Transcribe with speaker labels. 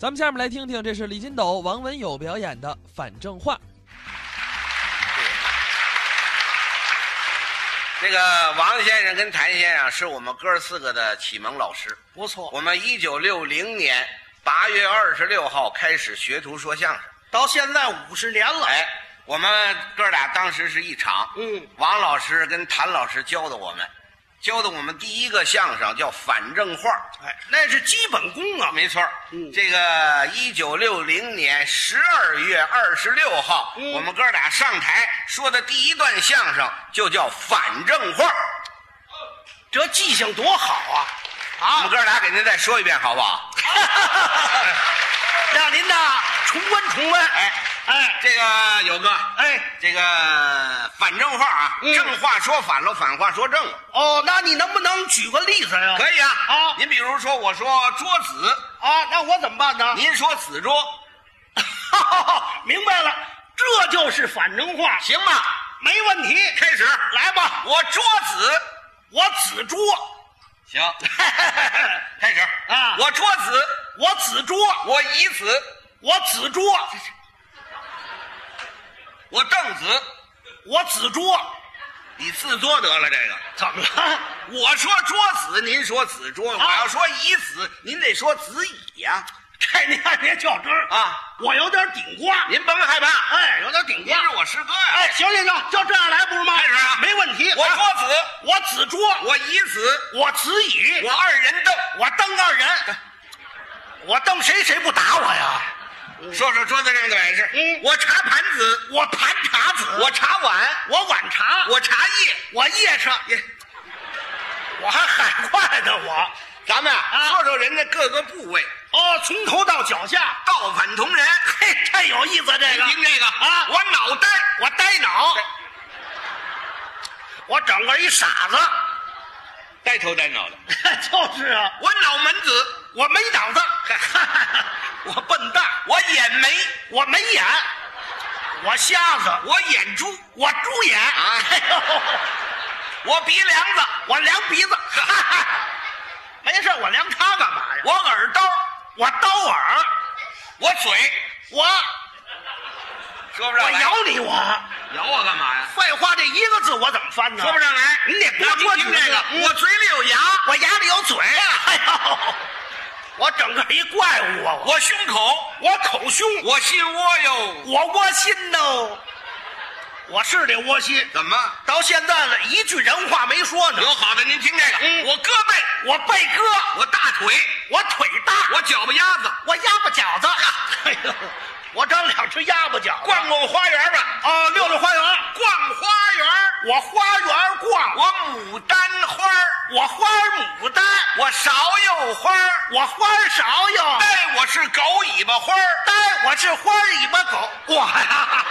Speaker 1: 咱们下面来听听，这是李金斗、王文友表演的《反正话》。
Speaker 2: 那个王先生跟谭先生是我们哥四个的启蒙老师。
Speaker 1: 不错，
Speaker 2: 我们一九六零年八月二十六号开始学徒说相声。
Speaker 3: 到现在五十年了，
Speaker 2: 哎，我们哥俩当时是一场，
Speaker 3: 嗯，
Speaker 2: 王老师跟谭老师教的我们，教的我们第一个相声叫反正话。
Speaker 3: 哎，那是基本功啊。
Speaker 2: 没错儿，
Speaker 3: 嗯
Speaker 2: 这个一九六零年十二月二十六号，
Speaker 3: 嗯
Speaker 2: 我们哥俩上台说的第一段相声就叫反正话。
Speaker 3: 这记性多好啊！
Speaker 2: 我们
Speaker 3: 啊，
Speaker 2: 哥俩给您再说一遍好不好？
Speaker 3: 让您呐重温重温。
Speaker 2: 哎
Speaker 3: 哎
Speaker 2: 这个有个
Speaker 3: 哎，
Speaker 2: 这个反正话啊，
Speaker 3: 嗯
Speaker 2: 正话说反了，反话说正了，
Speaker 3: 哦，那你能不能举个例子呀？
Speaker 2: 可以啊。
Speaker 3: 啊
Speaker 2: 您比如说，我说桌子，
Speaker 3: 啊，那我怎么办 呢？
Speaker 2: 您说子桌，
Speaker 3: 明白了，这就是反正话，
Speaker 2: 行吗？
Speaker 3: 没问题。
Speaker 2: 开始，
Speaker 3: 来吧，
Speaker 2: 我桌子，
Speaker 3: 我子桌，
Speaker 2: 行， 开始
Speaker 3: 啊
Speaker 2: 我桌子，
Speaker 3: 我子桌，
Speaker 2: 我椅子，
Speaker 3: 我子桌，
Speaker 2: 我凳子，
Speaker 3: 我子桌，
Speaker 2: 你自作得了这个。
Speaker 3: 怎么了？
Speaker 2: 我说桌子，您说子桌；
Speaker 3: 啊
Speaker 2: 我要说椅子，您得说子椅呀、
Speaker 3: 这您还别较真儿
Speaker 2: 啊！
Speaker 3: 我有点顶瓜，
Speaker 2: 您甭害怕，
Speaker 3: 哎，有点顶
Speaker 2: 您
Speaker 3: 瓜。
Speaker 2: 是我师哥呀、
Speaker 3: 哎，行行行，就这样来不是吗？
Speaker 2: 开始啊
Speaker 3: 没问题。
Speaker 2: 我
Speaker 3: 啊
Speaker 2: 桌子，
Speaker 3: 我子桌，
Speaker 2: 我椅子，
Speaker 3: 我子椅，
Speaker 2: 我二人凳。
Speaker 3: 我蹬二人，我蹬谁谁不打我呀？
Speaker 2: 说说桌子上的摆饰。
Speaker 3: 嗯
Speaker 2: 我茶盘子，
Speaker 3: 我盘茶子，
Speaker 2: 我茶碗，
Speaker 3: 我碗茶，
Speaker 2: 我茶叶。
Speaker 3: 我夜叉，
Speaker 2: 耶
Speaker 3: 我还喊快呢我。
Speaker 2: 咱们啊，
Speaker 3: 啊
Speaker 2: 说说人的各个部位，
Speaker 3: 哦，从头到脚下，
Speaker 2: 道反同人。
Speaker 3: 嘿，这有意思这个。
Speaker 2: 您听这个
Speaker 3: 啊
Speaker 2: 我脑袋，
Speaker 3: 我呆脑，我整个一傻子，
Speaker 2: 呆头呆脑的。
Speaker 3: 就是啊，
Speaker 2: 我脑门子，
Speaker 3: 我没脑子， 我笨蛋，
Speaker 2: 我眼眉，
Speaker 3: 我没眼，我瞎子，
Speaker 2: 我眼珠，
Speaker 3: 我猪眼，
Speaker 2: 啊
Speaker 3: 哎呦，
Speaker 2: 我鼻梁子，
Speaker 3: 我量鼻 子，没事，我量它干嘛呀？
Speaker 2: 我耳刀，
Speaker 3: 我刀耳，
Speaker 2: 我嘴。
Speaker 3: 我
Speaker 2: 说不
Speaker 3: 我
Speaker 2: 上来。
Speaker 3: 咬你我，
Speaker 2: 咬我干嘛呀？
Speaker 3: 废话，这一个字我怎么翻呢？
Speaker 2: 说不上来。
Speaker 3: 你得多说几
Speaker 2: 您听这
Speaker 3: 个
Speaker 2: 个，
Speaker 3: 嗯
Speaker 2: 我嘴里有牙，
Speaker 3: 我牙里有嘴，哎呦，我整个一怪物啊！我
Speaker 2: 我胸口，
Speaker 3: 我口凶，
Speaker 2: 我心窝哟。
Speaker 3: 我窝心呢，我是得窝心。
Speaker 2: 怎么？
Speaker 3: 到现在了，一句人话没说呢
Speaker 2: 有。好的，您听这个，
Speaker 3: 嗯
Speaker 2: 我胳膊，
Speaker 3: 我背哥，
Speaker 2: 我大腿，
Speaker 3: 我腿大，
Speaker 2: 我脚巴丫子，
Speaker 3: 我鸭巴饺子。哎呦，我长两只鸭巴饺子。
Speaker 2: 逛逛花园吧，
Speaker 3: 啊，溜溜花园，
Speaker 2: 逛花园，
Speaker 3: 我花园逛，
Speaker 2: 我牡丹花儿，
Speaker 3: 我花牡丹，
Speaker 2: 我芍药花儿，
Speaker 3: 我花芍药，
Speaker 2: 哎带我是狗尾巴花儿，
Speaker 3: 丹我是花尾巴狗。我呀，